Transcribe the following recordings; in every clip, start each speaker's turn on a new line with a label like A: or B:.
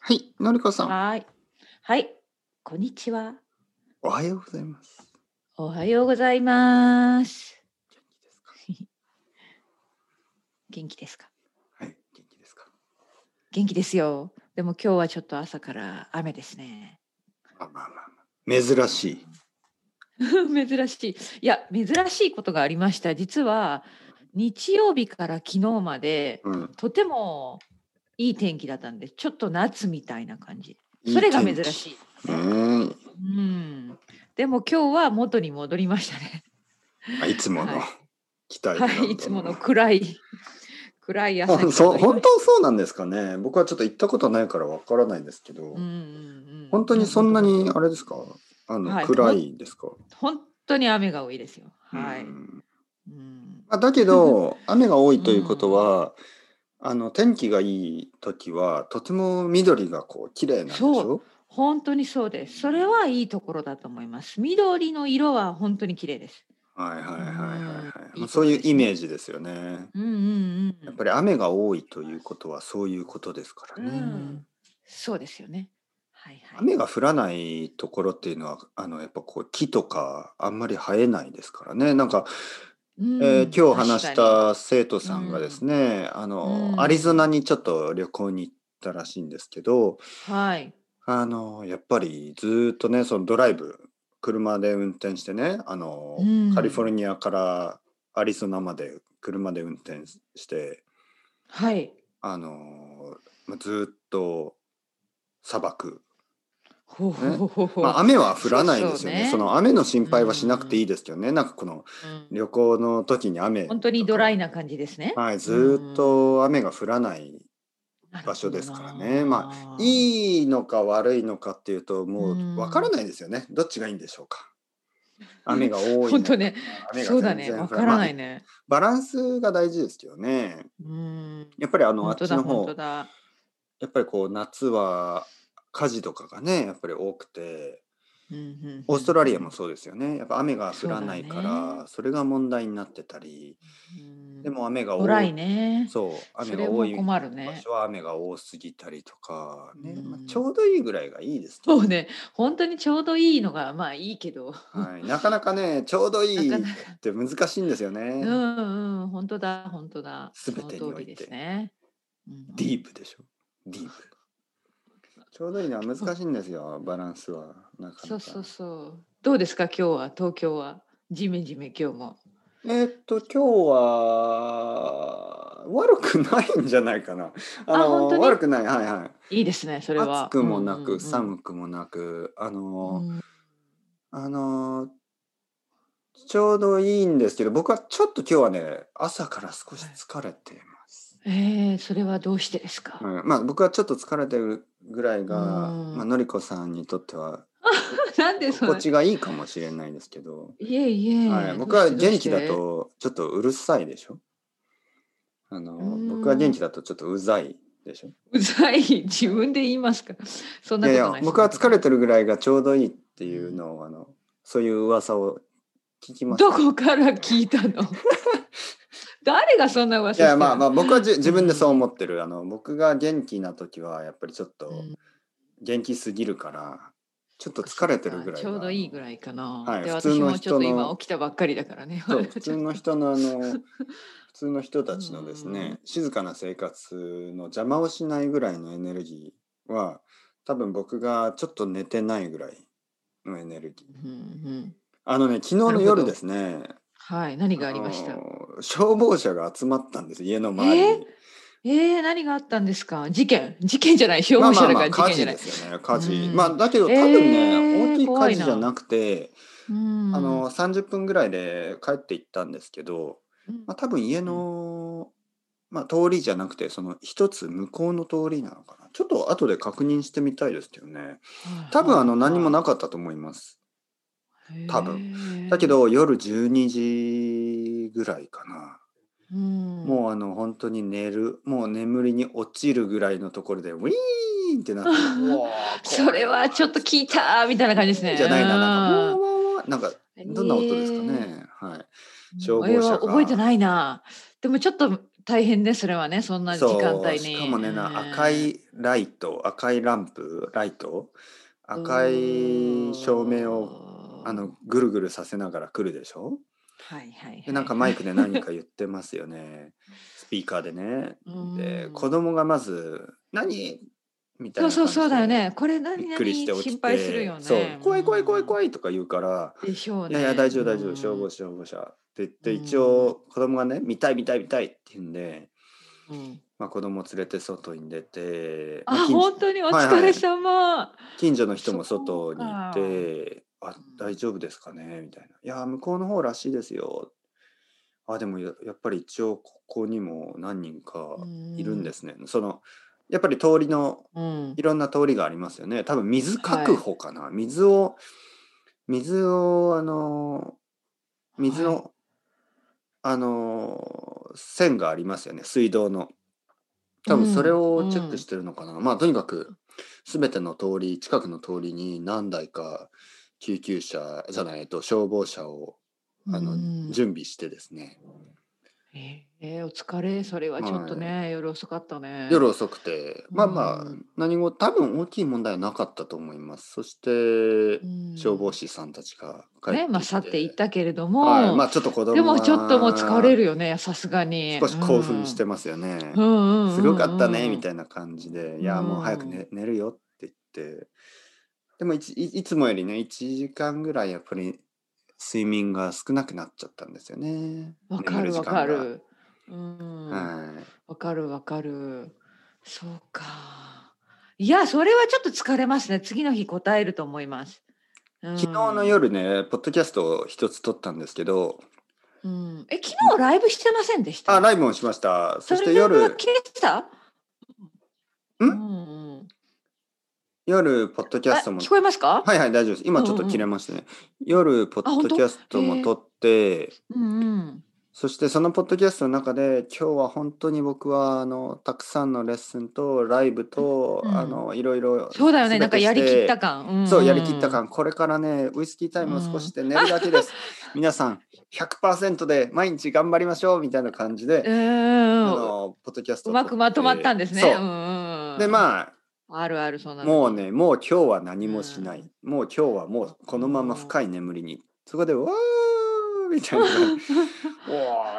A: はい、のりこさん、
B: はーい。はい。こんにちは。
A: おはようございます。
B: おはようございます。
A: 元気ですか。は
B: 元気ですか
A: い、元気ですか。
B: 元気ですよ。でも今日はちょっと朝から雨ですね。
A: まあまあまあまあ、珍しい。
B: 珍しい。いや、珍しいことがありました。実は、日曜日から昨日まで、
A: うん、
B: とてもいい天気だったんで、ちょっと夏みたいな感じ。
A: いい
B: それが
A: 天気
B: 珍しい。
A: うーん、
B: うん。でも今日は元に戻りましたね。
A: まあ、いつもの
B: は
A: 期待
B: は
A: 感
B: い、いつもの暗い、暗い朝に
A: あそう
B: 戻りま
A: 本
B: した
A: 当そうなんですかね。僕はちょっと行ったことないからわからないんですけど、
B: うんうんうん
A: 本当にそんなにあれですか。あの、
B: はい
A: 暗いですか。
B: 本当に雨が多いですよ。はい。
A: う
B: うん
A: ん
B: うん
A: まあ、だけ ど雨が多いということは、あの天気がいい時はとても緑がこう綺麗なんでし
B: そ
A: ょ。
B: 本当にそうです。それはいいところだと思います。緑の色は本当に綺麗です。
A: はいはいはいはいはい。
B: うん
A: まあそういうイメージですよね。
B: うんうんうん。
A: やっぱり雨が多いということはそういうことですからね。
B: うんそうですよね。はいはい。
A: 雨が降らないところっていうのはあのやっぱこう木とかあんまり生えないですからねなんか、
B: うん
A: えー今日話し。
B: 確か
A: た生徒さんがですね、あの、
B: うん
A: アリゾナにちょっと旅行に行ったらしいんですけど、
B: にはい。
A: あのやっぱりずーっとねそのドライブ車で運転してねあの、
B: うん
A: カリフォルニアからアリゾナまで車で運転して
B: はい。
A: あのまあずーっと砂漠、
B: ほうほうほうほうほう。
A: まあ、雨は降らないですよねそ
B: そうそうね
A: の雨の心配はしなくていいですけどね、なんかこの
B: うん
A: 旅行の時に雨
B: 本当にドライな感じですね。
A: はいずーっと雨が降らない場所ですからねま
B: あい。
A: いいのか悪いのかっていうとも
B: うん
A: うわからないですよね。どっちがいいんでしょうか。雨が多いのか。
B: 本当ね
A: 雨が
B: そうだ
A: 全
B: ね。
A: 然降らない。
B: わからないね。
A: まあバランスが大事ですけどね。
B: うん。
A: やっぱりあのあ
B: 本
A: っ
B: 当
A: ち
B: だ
A: の
B: 本
A: 方
B: 当、だ。
A: やっぱりこう夏は火事とかがね、やっぱり多くて、
B: うんうんうん
A: オーストラリアもそうですよね。やっぱ雨が降らないか
B: そうだ
A: ら、
B: ね
A: それが問題になってたり、
B: うん
A: でも雨が多
B: ドライね。
A: そう、
B: そ
A: 雨
B: れ
A: が
B: も
A: 多い。
B: 困るね
A: 場。所は雨が多すぎたりとか、ね
B: うん
A: まあ、ちょうどいいぐらいがいいですね、
B: そうね、本当にちょうどいいのがまあいいけど、
A: はい、なかなかねちょうどいい
B: な
A: っ
B: かなか
A: て難しいんですよね、
B: うんうん、本当だ、本当だ。
A: 全てに
B: その
A: お
B: 通
A: いて
B: りですね。うん
A: ディープでしょディープちょうどいいのは難しいんですよバランスはなかなか
B: そうそうそう。どうですか、今日は東京は。ジメジメ今日も。
A: えーっと今日は悪くないんじゃないかなあの
B: 本当に
A: 悪くないはいはい
B: いいですね、それは。
A: 暑くもなく、
B: うんうんうん
A: 寒くもなくあの、
B: うん
A: あのちょうどいいんですけど僕はちょっと今日はね朝から少し疲れてます、
B: ええそれはどうしてですか。
A: うんまあ僕はちょっと疲れてるぐらいが、
B: うん
A: まあのりこさんにとっては
B: なんでそ
A: 心
B: れ。
A: 地がいいかもしれないですけど、
B: いえいえ。
A: はい、僕は
B: どうして
A: 元気だ。
B: どうして
A: とちょっとうるさいでしょあの
B: うん
A: 僕は元気だとちょっとうざいでしょ
B: うざい、自分で言いますか。そん
A: い
B: な
A: や
B: こ
A: いや
B: とない。
A: 僕は疲れ
B: て
A: てるぐらいがちょうどいいっていうのをあのそういう噂を聞きました
B: どこから聞いたの 誰がそんな噂し
A: い
B: てる
A: やまあまあ僕はじ自分でそう思ってるあの僕が元気な時はやっぱりちょっと
B: うん
A: 元気すぎるからちょっと疲れてるぐらい
B: ち
A: が
B: ょうどいいぐらいかな。
A: はい
B: で
A: 普
B: 私
A: 通の人の
B: もちょっと今起きたばっかりだから ね。
A: そう普通の人のあ の普通の人たちのです
B: う
A: ね
B: ん
A: 静かな生活の邪魔をしないぐらいのエネルギーは多分僕がちょっと寝てないぐらいのエネルギー
B: うんうん
A: あのね昨日の夜ですね
B: はい、何がありました
A: あ。の消防車が集まったんです家の周りに、
B: えー、何があったんですか。事件、事件じゃない、消
A: まあ
B: 防
A: ま
B: 車
A: あ
B: だ
A: ま
B: か
A: あ
B: ら事
A: 火事
B: 件じゃない
A: で。すよね火事、
B: うん
A: まあだけど多分ね、
B: えー
A: 大きい
B: 怖
A: 火
B: い
A: 事
B: な
A: じゃなくて
B: うん
A: あの30分ぐらいで帰って行ったんですけど、
B: うん
A: まあ、多分家の、まあ、通りじゃなくてその一つ向こうの通りなのかなちょっと後で確認してみたいですけどね多分あの何もなかったと思います多
B: 分
A: だけ、ど夜12時ぐらいかな、
B: うん
A: もうあの本当に寝るもう眠りに落ちるぐらいのところでウィーンってなって
B: うん
A: うわー
B: それはちょっと聞いたみたいな感じですね。
A: じゃないななんか
B: う
A: わ
B: ん
A: ーわーわーなんかどんな音ですかね、はい消防
B: 俺
A: 車が
B: は覚えてないな。でもちょっと大変ね、それはね、そんな時間帯
A: そう
B: に。
A: しかもねな
B: うん
A: 赤いライト赤いランプライト赤い照明をあ、
B: う
A: の
B: ん
A: ぐるぐるさせながら来るでしょ
B: はいはいはい
A: でなんかマイクで何か言ってますよ ねスピーカーでね。で
B: うん
A: 子供がまず「何?」みたい
B: そ
A: な
B: うそうそうだよね。これ
A: 感じで
B: 何
A: びっくりして
B: 何
A: 起きて
B: 心配するよね。
A: そう怖い怖い怖い怖
B: い。
A: いとか言うから
B: でしょ
A: 「
B: う
A: い
B: ね。
A: やいや大丈夫大丈
B: う
A: 夫
B: ん
A: 消防士消防車」って言って
B: うん
A: 一応子供がね「見たい見たい見たい」って言うんで、
B: うん
A: まあ、子供連れて外に出てま
B: あ、
A: 近所
B: 本当にお疲れ様。
A: 近所の人も外に行っ
B: そ。
A: て「あ大丈夫ですかね」みたいな「いや向こうの方らしいですよ」あでもややっぱり一応ここにも何人かいるんですすね、そのやっぱり通りの
B: うん
A: い。ろんな通りがありますよね多分水確保かな、水を水をあの水の、
B: は
A: あの線がありますよね水道の多分それをチェックしてるのかな、まあとにかく全ての通り近くの通りに何台か救急車じゃないえっと消防車をあの、
B: うん
A: 準備してですね
B: えーお疲れ、それはちょっとね、夜遅かったね。
A: 夜遅くて、まあまあ
B: うん
A: 何も多分大きい問題はなかったと思いますそして
B: うん
A: 消防士さんたちが帰
B: ね、まあ、
A: きて
B: 去っていったけれども、
A: はい、まあちょっと子供
B: でもちょっともう疲れ
A: る
B: るよね、さすがに。
A: 少し興奮してますよね、
B: うんうんうんうん
A: すごかったねみたいな感じで、いや
B: うん
A: もう早く寝寝るよって言ってでもいちいいつもよりね1時間ぐらいやっぱり睡眠が少なくなっちゃったんですよね
B: わかるわか、る。う
A: 眠
B: ん。
A: る時間
B: わ
A: がはい、
B: かるわかる。そうか。いや、それはちょっと疲れますね。次の日答えると思います。昨
A: 昨日の。夜ねポッドキャストを一つ撮ったんですけど
B: うん。え、昨日ライブしてませんでした。
A: あライブもしましたそ
B: そ
A: して
B: れ夜は
A: 夜
B: 消えてた。
A: ん
B: うんうん。
A: 夜ポッドキ
B: あ
A: ャストも
B: 聞こえますか。
A: はいはい大丈夫です今ちょっと切れましたね、夜ポッドキャストも撮って、
B: うんうん。
A: そしてそのポッドキャストの中で今日は本当に僕はあのたくさんのレッスンとライブと、
B: うん
A: あのいろいろ
B: そうだよね。なんかやりきった
A: 感、
B: 感。んん
A: そうやりきった。感これからねウイスキータイムを少しで寝るだけです、皆さん100%で毎日頑張りましょうみたいな感じで、
B: う
A: あ
B: んうん。
A: のポッドキャスト
B: う
A: を撮っ
B: まくまとまったんですね。
A: そう
B: う、んうん。
A: でま
B: あ。あるある、そん
A: あ
B: なの。
A: もうねもう今日は何もしない、もう今日はもうこのまま深い眠りにそこでわーみたいな。おー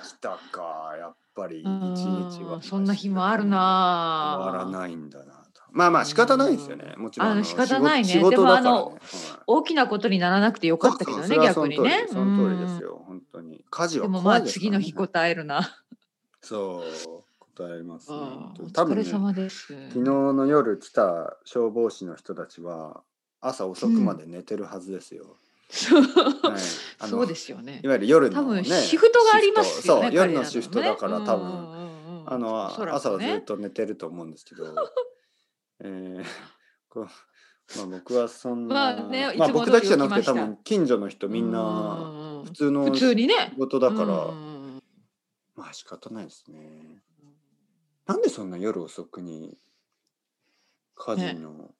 A: 来たかやっぱり一日
B: う
A: は
B: んそんな日もあるな
A: 終わらないんだなとまあまあ仕方ないですよねもちろん
B: あの仕方ないね
A: 仕事仕事だから、ね、
B: でもあの大きなことにならなくてよかったけどね、逆にね。
A: その通りです
B: よ。
A: よ本当に家事
B: で
A: は
B: もま
A: 怖
B: あ
A: いですか
B: 次
A: らね
B: の日答えるな。
A: そう答えます、
B: う
A: ね
B: ん、お
A: 多
B: 疲
A: 分、
B: れ
A: ね、
B: 様です。
A: 昨日の夜来た消防士の人たちは朝遅くまで寝てるはずです よ、
B: そう
A: はい、あの
B: そうですよね
A: い。わゆる夜の、
B: 多
A: ね、
B: 分シフトがあります
A: シフ
B: よね。
A: トそう夜のシフトだから多分、
B: 分
A: あの、朝はずっ
B: ね
A: と寝てると思うんです けど、えーこうまあ、僕はそんな、
B: まあねいつも
A: 僕だけじゃなくて
B: 通
A: 多
B: り起きました
A: 分近所の人みん
B: う
A: なん
B: うん
A: 普通の
B: 普通
A: 仕
B: にね。
A: 事だから、
B: うんうんうん
A: まあ仕方ないですね。なんでそんな夜遅くに家事の、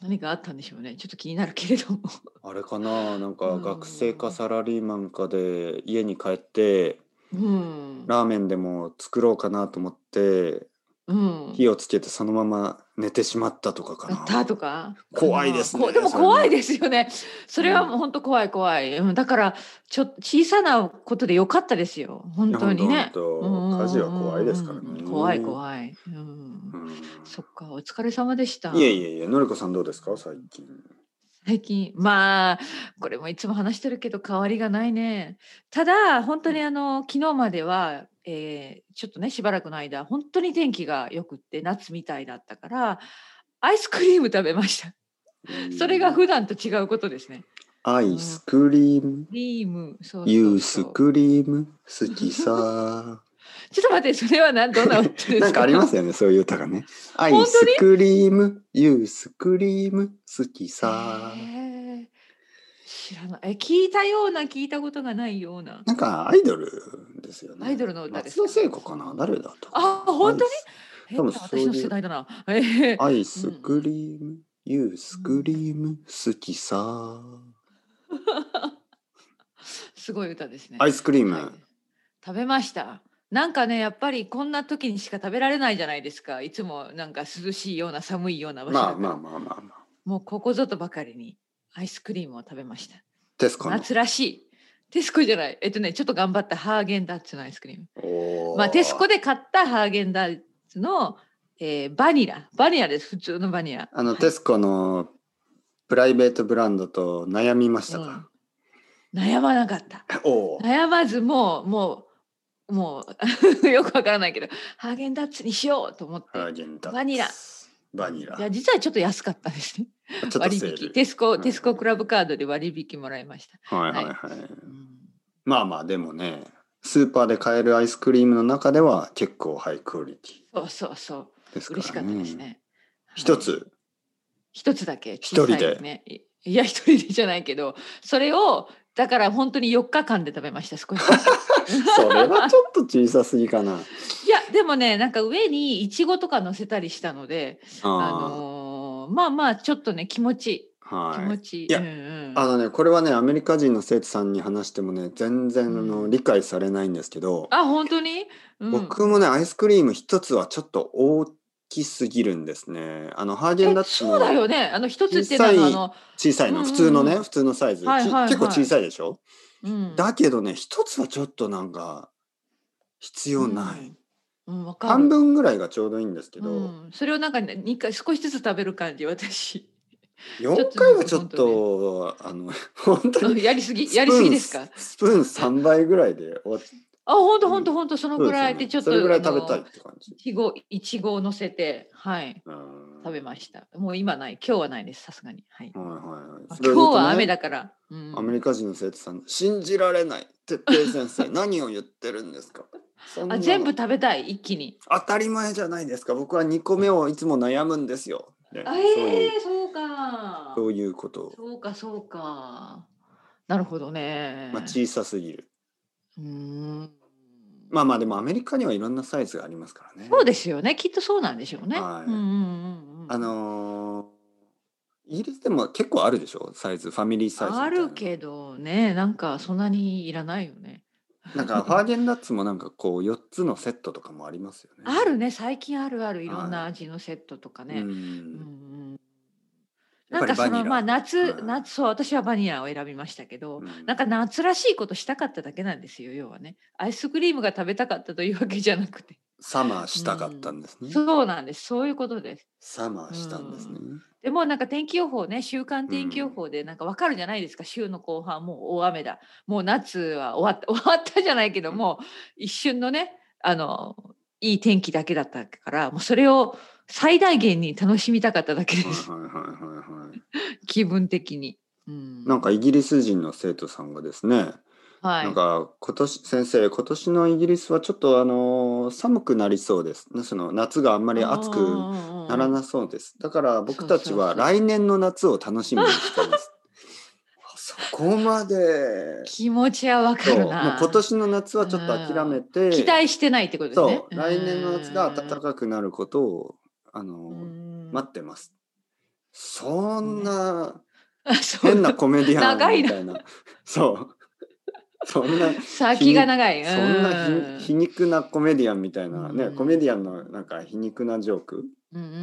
B: 何かあったんでしょうね。ちょっと気になるけれども。
A: あれかななん
B: うん
A: か
B: うん
A: 学生かサラリーマンかで家に帰って
B: うん。
A: ラーメンでも作ろうかなと思って
B: うん。
A: 火をつけてそのまま寝てしまったとかか
B: だ
A: な。
B: ったとか
A: 怖いですね
B: こでも
A: それね
B: 怖いですよねそれはもう本当怖い怖い、うん、だからちょ小さなことでよかったですよ本当にね
A: いや本当
B: うんうんうんうん
A: 家事は怖いですからね
B: 怖い怖い、うんそっかお疲れ様でした
A: いえいえいえ、のりこさんどうですか最近。
B: 最近まあこれもいつも話してるけど変わりがないねただ本当にあの昨日までは、えーちょっとねしばらくの間本当に天気がよくって夏みたいだったからアイスクリーム食べましたそれが普段と違うことですね。
A: アイスクリーム、
B: リーム、そうそうそう
A: ユースクリーム、好き さ。
B: ちょっと待って、それはなどんな歌ですか。
A: なんか ありますよね、そういう歌がね。アイスクリーム、ユースクリーム、好きさ。
B: へー知らない。え、聞いたような、聞いたことがないような。
A: なんかアイドルですよね。
B: アイドルの歌ですか
A: 松田聖子かな誰だと
B: あ本当に変
A: 多
B: な
A: 分そういう
B: 私の世代だな。えー
A: アイスクリーム、ユースクリーム、好きさ。
B: すごい歌ですね。
A: アイスクリー
B: はい
A: ム。
B: 食べました。なんかねやっぱりこんな時にしか食べられないじゃないですかいつもなんか涼しいような寒いような場所
A: まあ
B: だから
A: まあまあまあまあ。
B: もうここぞとばかりにアイスクリームを食べました
A: ですかね。
B: 夏らしいテスコじゃないえっとねちょっと頑張ったハーゲンダッツのアイスクリーム
A: おー
B: まあテスコで買ったハーゲンダッツの、えーバニラバニラです普通のバニラ
A: あの、
B: はい
A: テスコのプライベートブランドと悩みましたか、
B: うん悩まなかった
A: おお。
B: 悩まずもうもうもう よくわからないけどハーゲンダッツにしようと思って、
A: ハーゲンダッツ
B: バニラ。
A: バニラ。
B: いや
A: ち
B: 実はちょっと安かったですね
A: ょっと
B: 割
A: セー
B: 引
A: ル。
B: テスコ
A: ん
B: テスコクラブカードで割引もらいました、
A: はいはいはい。
B: うん
A: まあまあ、でもね、スーパーで買えるアイスクリームの中では結構ハイクオリテ
B: そうそうそう
A: ィですから
B: 嬉
A: ね。
B: しかったです。ね
A: 一つ、
B: はい一つだけ
A: 一人で
B: 小さいねいいや一人でじゃないけどそれをだから本当に4日間で食べました少しずつ
A: それはちょっと小さすぎかな。
B: いやでもねなんか上にいちごとか乗せたりしたのであ
A: あ
B: のーまあまあちょっとね気持ちいい
A: あ、はい
B: 気。持ちいい。
A: いや
B: うんうん、
A: あのね、これはね、アメリカ人の生徒さんに話してもね、全然あ
B: う
A: の
B: ん
A: 理解されないんですけど、
B: あ本当に、うん、
A: 僕もね、アイスクリーム一つはちょっと大きすぎるんですね。あの、ハーゲンダ
B: え
A: ッツ
B: そうだよ
A: の
B: ねあの一つって
A: 小
B: な
A: さ
B: ん
A: い
B: かあの、
A: 小さい
B: うん
A: の、
B: うんう
A: 普
B: ん
A: 通のね、普通のサイズ、ち
B: はいはいはい
A: 結構小さいでしょ
B: うん、
A: だけどね、一つはちょっとなんか、必要ない。
B: うん、うん、わかる
A: 半分ぐらいがちょうどいいんですけ
B: う
A: ど、
B: ん、それをなんかね二回少しずつ食べる感 じ私
A: 4回はちょっと、あの、 本当に、
B: やりすぎやりすぎですか
A: スプーン3杯ぐらいで終わっ
B: あ本当本当本当その
A: そうですよね
B: ぐらいでちょっと
A: それぐらい食べたい
B: あ
A: っ
B: の
A: て感じ
B: い。ちごいちごを乗せてはい
A: うん
B: 食べましたもう今ない今日はないですさすがにはい、
A: はいはいはい。それ
B: 今
A: を言う
B: 日
A: とね
B: は雨だから、うん
A: アメリカ人の生徒さん、信じられない。哲平先生、何を言ってるんですか。そんな
B: あ
A: の
B: 全部食べたい一気に
A: 当たり前じゃないですか。僕は二個目をいつも悩むんですよ。ね
B: あ
A: そう
B: え
A: いう
B: ー、そうか
A: そういうことを。
B: そうかそうかなるほどね、
A: まあ小さすぎる。
B: うーん
A: まあまあでもアメリカにはいろんなサイズがありますからね。。
B: そうですすよねきっとそうなんでしょうね、
A: はい
B: うんうんうんうん
A: あのーイギリスでも結構あるでしょ。サイズ、ファミリーサイズみた
B: あ
A: いな。
B: るけどねなんかそんなにいらないよね
A: なん かファーゲンダッツもなんかこう四つのセットとかもありますよね。
B: あるね最近あるあるいろんな
A: はい
B: 味のセットとか
A: う
B: ね、うん
A: ん。
B: うん
A: やっ
B: な
A: ぱりバ
B: んかそ
A: ニラ
B: のまあ夏、
A: はい
B: 夏そう私はバニラを選びましたけど、
A: うん
B: なんか夏らしいことしたかっただけなんですよ要はねアイスクリームが食べたかったというわけじゃなくて
A: サマーしたかったんですね。
B: そうなんですそういうことです
A: サマーしたんですね。
B: でもなんか天気予報ね週間天気予報でなんかわかるじゃないですか、週の後半もう大雨だもう夏は終わった 終わったじゃないけども、一瞬のねあのいい天気だけだったからもうそれを最大限に楽しみたかっただけです、
A: はいはいはいはいはい。
B: 気分的に。うん、
A: なんかイギリス人の生徒さんがですね、
B: はい、
A: なんか今年先生今年のイギリスはちょっとあのー寒くなりそうです。その夏があんまり暑くなら
B: うんうんうん
A: なそうです。だから僕たち
B: そ
A: は
B: うそうそう
A: 来年の夏を楽しみにしてい ます。そこまで。
B: 気持ちはわか
A: そう
B: る
A: もう
B: な
A: 今年の夏はちょっと諦めて、
B: 期待してないってことですね
A: そう来年の夏が暖かくなることをあの
B: う
A: ー
B: ん
A: 待ってます。そんな
B: あそう
A: 変なコメディアン
B: 長い
A: み
B: な
A: たい な。そう。そんな、
B: 先が長い
A: そんな
B: う
A: ひ皮肉なコメディアンみたいなね、
B: うん
A: コメディアンのなんか皮肉なジョーク
B: うんうんうんうんうん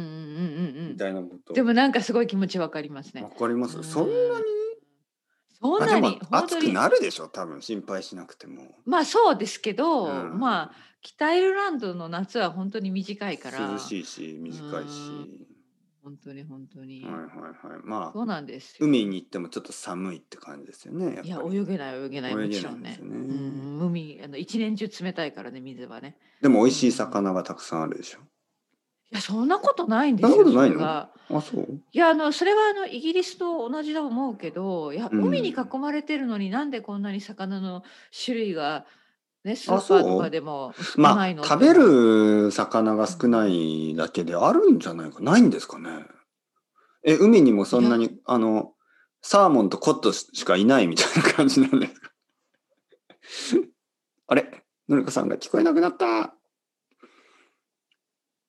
B: う
A: み
B: ん
A: たいなこと。
B: でもなんかすごい気持ちわかりますね
A: わ。かります。そんなに
B: そん
A: あ
B: な
A: で
B: に
A: も
B: 本当
A: 暑く
B: に
A: なるでしょ、多分心配しなくても。
B: まあそうですけど、
A: うん
B: まあ北アイルランドの夏は本当に短いから
A: 涼しいし、短いし。
B: 本当に本当に、
A: はいはいはい。ま
B: そ
A: あ、
B: うなんですよ。
A: 海に行ってもちょっと寒いって感じですよね。やっぱり
B: いや泳げない泳げない
A: 泳げない
B: もちろんね
A: ですよね
B: うん、海あの一年中冷たいからね水はね
A: でも美味しい魚がたくさんあるでし
B: いやそんなことないんですよ
A: そんなことないの
B: それが
A: ょ。あ、そう
B: いやあのそれはあのイギリスと同じだと思うけどいや
A: うん
B: 海に囲まれてるのになんでこんなに魚の種類が、ね、スー
A: あ
B: パ
A: そう
B: ーとかでも少
A: ま
B: な
A: あ
B: いのって
A: 食べる魚が少ないだけであるんじゃないかないんですかねえ海にもそんないにあのサーモンとコットしかいないみたいな感じなんですか あれのりこさんが聞こえなくなった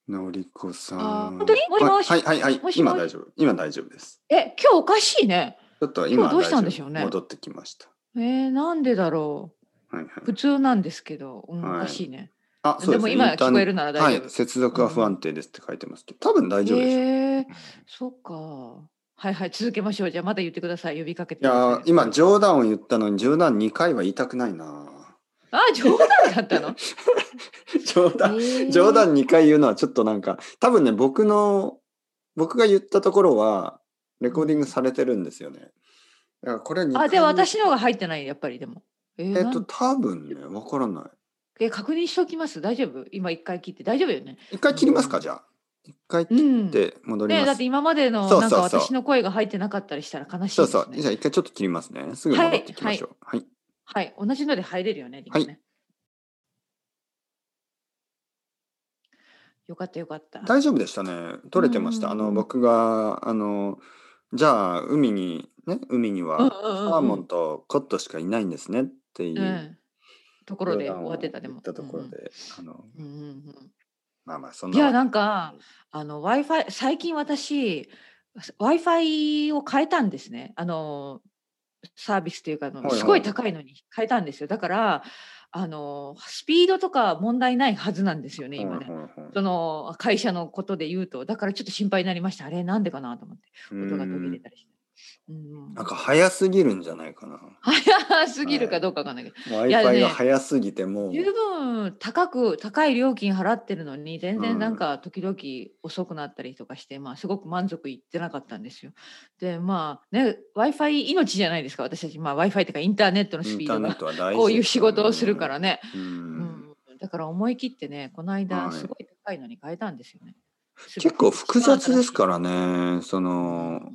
A: のりこさん
B: あ本当にもしもし
A: はいはいはい
B: もしもし
A: 今大丈夫今大丈夫です
B: え今日おかしいね
A: ちょっと今
B: 今日どうしたんで
A: 大丈夫
B: しょうね
A: 戻ってきました
B: えー、なんでだろ
A: はいは
B: う
A: い
B: 普通なんですけど、うん
A: はい
B: おかしいね
A: あ、そう
B: で
A: です
B: も
A: ね。
B: 今
A: インター
B: 聞こえるなら
A: は
B: 大
A: い
B: 丈、夫。
A: 接続が不安定ですって書いてますけど、多分大丈夫でしょう。い
B: ええそっか。はいはい、続けましょう。じゃあ、まだ言ってください。呼びかけてく
A: や
B: ださ
A: ー、
B: い。
A: 今冗談を言ったのに冗談2回は言いたくないな。
B: あ、冗談だったの。
A: 冗談、 冗談2回言うのはちょっとなんか、多分ね、僕の、僕が言ったところは、レコーディングされてるんですよね。だからこれ2
B: あ、で、私の方が入ってない、やっぱりでも。えー
A: えっ
B: な
A: と、
B: ん
A: 多分ね、わからない。
B: え確認しておきます。大丈夫今一回聞いて。大丈夫よね。
A: 一回切りますか、じゃあ。一回
B: う
A: 切
B: ん。
A: っ
B: ね
A: て戻り
B: だ
A: ま
B: っ
A: す。
B: て今までの
A: そうそ
B: な
A: うんそう
B: か私の声が入ってなかったりしたら悲しい
A: そ
B: で
A: う
B: すね。
A: そう。じゃあ一回ちょっと切りますね。すぐ戻ってきましょう。はい。
B: はい、同じので入れるよね。リンゴねよかったよかった。
A: 大丈夫でしたね。取れてました。あ
B: うんうん
A: の、
B: うん
A: 僕が、あの、じゃあ、海に、ね、海に
B: うん
A: は、
B: うん
A: サ
B: うんうん
A: ーモンとコットしかいないんですねっていうう。
B: ん。ところで
A: 冗談
B: 終
A: を
B: わってたでも。
A: 言ったところで、あの、
B: うんうんうんうんうん
A: まあまあ、そん
B: い
A: な。
B: やなんかあの Wi-Fi 最近私 Wi-Fi を変えたんですね。あのサービスというかあの、
A: はいはい
B: すごい高いのに変えたんですよ。だからあのスピードとか問題ないはずなんですよね今
A: は
B: ね。
A: いはいはい
B: その会社のことで言うとだからちょっと心配になりましたあれなんでかなと思って音が途切れたりして。うん
A: なんか早すぎるんじゃないかな。
B: 早すぎるかどうかわかんないけど、いや
A: Wi-Fi
B: ね
A: が早すぎてもう、
B: 十分高く高い料金払ってるのに全
A: うん
B: 然なんか時々遅くなったりとかして、まあすごく満足いってなかったんですよ。でまあね w i f i 命じゃないですか私たち、まあ、w i f i っていうかインターネットの
A: イ
B: スピ
A: ン
B: ー
A: ター
B: ド
A: ネッ
B: が
A: トは大事。
B: こういう仕事をするからね、
A: うん。
B: うんだから思い切ってねこの間
A: はい
B: すごい高いのに変えたんですよね。
A: 結構複雑です
B: ら
A: からね、その、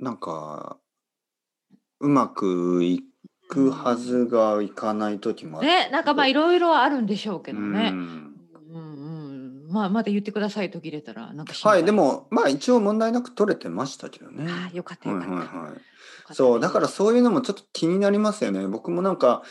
A: なんか、うまくいくはずがいかない時もあって
B: ね、なんかまあいろいろあるんでしょうけ
A: う
B: どね。
A: ん
B: うんうん、まあまだ言ってください途切れたらなんか心配
A: はい、でも、まあ一応問題なく取れてましたけどね。
B: ああよかった
A: はい
B: よ
A: は
B: かっ
A: い
B: た。
A: は
B: よかった
A: い。そう、だから
B: ね
A: そういうのもちょっと気になりますよね。僕もなんか、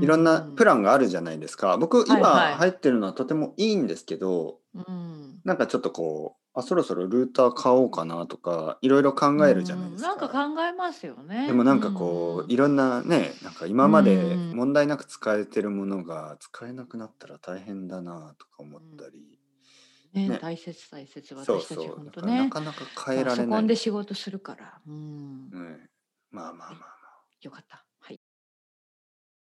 A: いろんなプランがあるじゃないですか。僕、今
B: はいはい
A: 入ってるのはとてもいいんですけど、
B: うんうん
A: なんかちょっとこう、あ、そろそろルーター買おうかなとか、いろいろ考えるじゃないですか。
B: うんなんか考えますよね。
A: でもなんかこ
B: ん
A: ういろんなねなんか今まで
B: うん
A: 問題なく使えてるものが使えなくなったら大変だなとか思ったり、
B: ね
A: ね
B: 大切大切
A: そう
B: 私た
A: そ
B: ち
A: う
B: 本
A: だ
B: 当
A: からな
B: ね。
A: かなか変えられ
B: パソコ
A: ない、
B: ン
A: ね
B: で仕事するから。うん、
A: まあまあまあまあ
B: よかった。